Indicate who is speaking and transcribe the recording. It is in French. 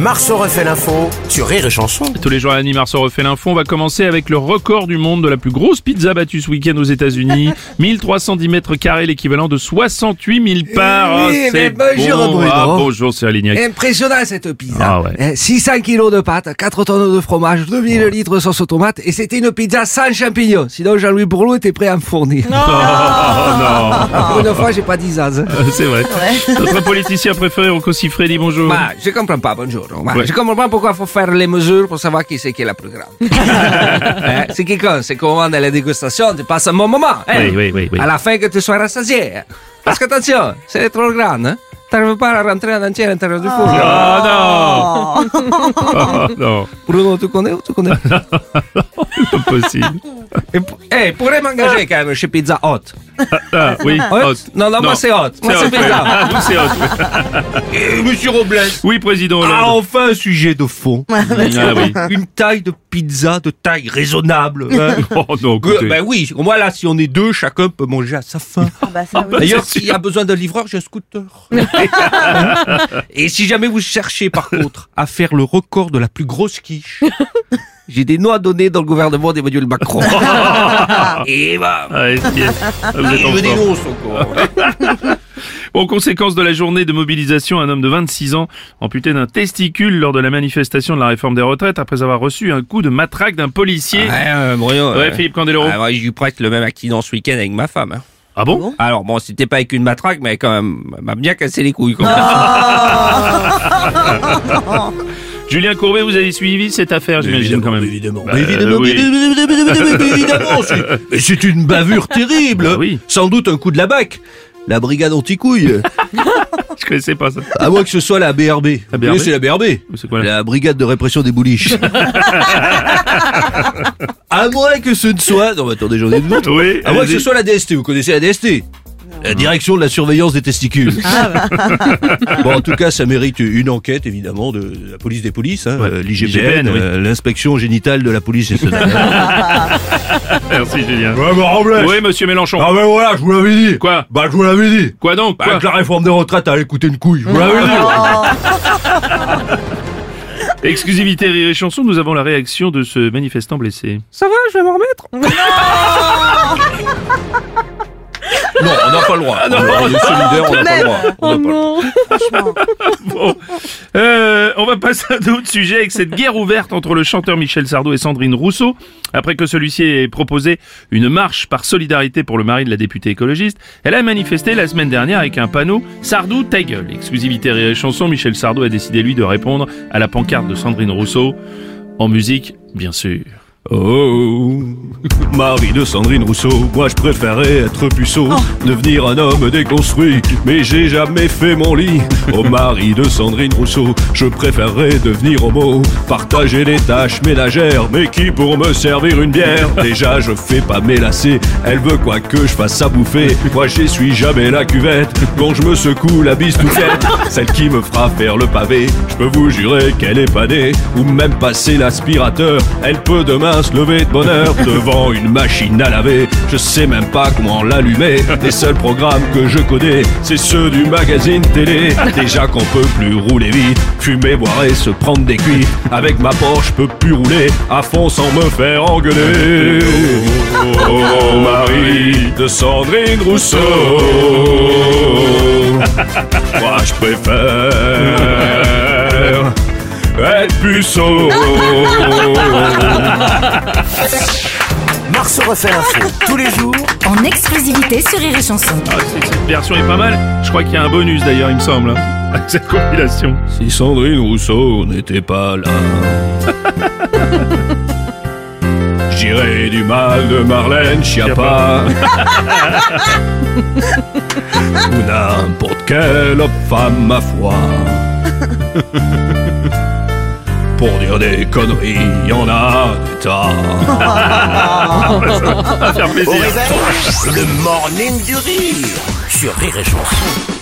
Speaker 1: Marceau refait l'info sur Rire et Chanson.
Speaker 2: Tous les jours, Annie Marceau refait l'info. On va commencer avec le record du monde de la plus grosse pizza battue ce week-end aux États-Unis. 1310 mètres carrés, l'équivalent de 68 000 parts. Oh,
Speaker 3: Eh oui, mais
Speaker 2: c'est
Speaker 3: bonjour,
Speaker 2: bon.
Speaker 3: Bruno.
Speaker 2: Ah, bonjour, c'est Alignac.
Speaker 3: Impressionnant cette pizza.
Speaker 2: Ah ouais.
Speaker 3: Eh, 600 kilos de pâtes, 4 tonnes de fromage, 2000 litres de sauce aux tomates et c'était une pizza sans champignons. Sinon Jean-Louis Bourlot était prêt à me fournir.
Speaker 2: Oh, non.
Speaker 3: Pour une fois, j'ai pas 10 ans. hein.
Speaker 2: Euh, C'est vrai. Notre politicien préféré, Rocco Siffredi, bonjour.
Speaker 3: Bah, je comprends pas, bonjour. Bah,
Speaker 2: Ouais.
Speaker 3: Je comprends pas pourquoi faut faire les mesures pour savoir qui c'est qui est la plus grande. Hein, ce qui compte, c'est qu'au moment de la dégustation, tu passes un bon moment. hein.
Speaker 2: Oui, oui, oui, oui.
Speaker 3: À la fin que tu sois rassasié. Parce que attention, c'est trop grande. Hein. T'arrives pas à rentrer en entier à l'intérieur du four.
Speaker 2: Ah. Oh non Oh non
Speaker 3: Bruno, tu connais ou tu connais pas
Speaker 2: Pas possible.
Speaker 3: Et pour- Eh, pourrait m'engager quand même chez Pizza Hot.
Speaker 2: Ah, oui,
Speaker 3: Hot
Speaker 2: Hot.
Speaker 3: Non, non, moi c'est Hot. Moi c'est
Speaker 2: Hot, oui.
Speaker 3: Pizza Hot.
Speaker 2: Ah, nous, c'est Hot.
Speaker 3: Euh, Monsieur Robles.
Speaker 2: Oui, président
Speaker 3: Ah,
Speaker 2: Hollande.
Speaker 3: enfin un sujet de fond.
Speaker 2: Ah oui.
Speaker 3: Une taille de pizza de taille raisonnable. hein.
Speaker 2: Oh non,
Speaker 3: Euh,
Speaker 2: écoutez. Ah,
Speaker 3: ben oui, au moins là, si on est deux, chacun peut manger à sa faim. D'ailleurs,
Speaker 2: c'est
Speaker 3: s'il y a besoin d'un livreur, j'ai un scooter. Et si jamais vous cherchez, par contre, à faire le record de la plus grosse quiche, j'ai des noix données dans le gouvernement d'Emmanuel Macron. Et bah,
Speaker 2: Ah, est-ce qu'il y a- Ah, vous êtes
Speaker 3: il
Speaker 2: en
Speaker 3: me
Speaker 2: forme.
Speaker 3: dénonce encore.
Speaker 2: En conséquence de la journée de mobilisation, un homme de 26 ans, amputé d'un testicule lors de la manifestation de la réforme des retraites, après avoir reçu un coup de matraque d'un policier.
Speaker 4: Ah,
Speaker 3: Ouais, euh, Bruno,
Speaker 2: ouais,
Speaker 3: euh,
Speaker 2: Philippe Candeloro.
Speaker 3: ah, moi, j'ai eu presque le même accident ce week-end avec ma femme. hein.
Speaker 2: Ah bon
Speaker 3: Alors bon, c'était pas avec une matraque, mais quand même, elle m'a bien cassé les couilles. Quand même.
Speaker 2: Ah,
Speaker 4: Ah,
Speaker 2: Julien Courbet, vous avez suivi cette affaire, j'imagine, quand même.
Speaker 4: Évidemment,
Speaker 2: Bah,
Speaker 4: évidemment,
Speaker 2: oui.
Speaker 4: évidemment, évidemment, évidemment, c'est- mais c'est une bavure terrible.
Speaker 2: Bah oui.
Speaker 4: Sans doute un coup de la BAC. La brigade anti-couille.
Speaker 2: Je connaissais pas ça.
Speaker 4: à moins que ce soit la BRB.
Speaker 2: La
Speaker 4: Vous
Speaker 2: BRB?
Speaker 4: voyez, c'est la BRB.
Speaker 2: C'est quoi, là
Speaker 4: La brigade de répression des bouliches. à moins que ce ne soit. Non, mais attendez, j'en ai une autre.
Speaker 2: Oui,
Speaker 4: À moins Ah que
Speaker 2: allez-y.
Speaker 4: ce soit la DST. Vous connaissez la DST la direction de la surveillance des testicules. bon, en tout cas, ça mérite une enquête, évidemment, de la police des polices, hein,
Speaker 2: Ouais.
Speaker 4: euh,
Speaker 2: IGPN,
Speaker 4: l'IGPN,
Speaker 2: oui.
Speaker 4: euh, l'inspection génitale de la police nationale.
Speaker 2: Merci, Julien.
Speaker 4: Ouais, bah, Robles.
Speaker 2: Oui, monsieur Mélenchon.
Speaker 4: Ah, ben voilà, je vous l'avais dit.
Speaker 2: Quoi
Speaker 4: Bah, je vous l'avais dit.
Speaker 2: Quoi donc
Speaker 4: Bah,
Speaker 2: Quoi
Speaker 4: que la réforme des retraites allait coûter une couille. Je vous l'avais dit.
Speaker 2: Exclusivité Rire et Chanson, nous avons la réaction de ce manifestant blessé.
Speaker 3: Ça va, je vais m'en remettre.
Speaker 4: Non, on n'a pas le droit. on est solidaire, on n'a pas le droit. On n'a pas le droit.
Speaker 2: Bon. Euh, on va passer à d'autres sujets avec cette guerre ouverte entre le chanteur Michel Sardou et Sandrine Rousseau. Après que celui-ci ait proposé une marche par solidarité pour le mari de la députée écologiste, elle a manifesté la semaine dernière avec un panneau Sardou ta gueule. Exclusivité Rire et Chanson, Michel Sardou a décidé lui de répondre à la pancarte de Sandrine Rousseau en musique, bien sûr.
Speaker 4: Oh, Marie de Sandrine Rousseau, moi je préférais être puceau, devenir un homme déconstruit, mais j'ai jamais fait mon lit. Oh Marie de Sandrine Rousseau, je préférerais devenir homo, partager les tâches ménagères, mais qui pour me servir une bière Déjà je fais pas mes lacets, elle veut quoi que je fasse à bouffer, moi j'essuie jamais la cuvette, quand je me secoue la bistoufette, celle qui me fera faire le pavé, je peux vous jurer qu'elle est pas née, ou même passer l'aspirateur, elle peut demain se lever de bonne heure devant une machine à laver. Je sais même pas comment l'allumer. Les seuls programmes que je connais, c'est ceux du magazine télé. Déjà qu'on peut plus rouler vite, fumer, boire et se prendre des cuits. Avec ma Porsche, je peux plus rouler à fond sans me faire engueuler. Oh, Marie de Sandrine Rousseau. Moi, je préfère être puceau.
Speaker 1: Marceau refait l'info tous les jours
Speaker 5: en exclusivité sur Rire et Chanson.
Speaker 2: Ah, c'est- cette version est pas mal. Je crois qu'il y a un bonus d'ailleurs, il me semble, hein, avec cette compilation.
Speaker 4: Si Sandrine Rousseau n'était pas là. J'irai du mal de Marlène Schiappa. Ou n'importe quelle autre femme, ma foi. Pour dire des conneries, y en a des tas.
Speaker 2: Ça va faire
Speaker 1: au
Speaker 2: plaisir.
Speaker 1: réveil. Le morning du rire sur Rire et Chanson.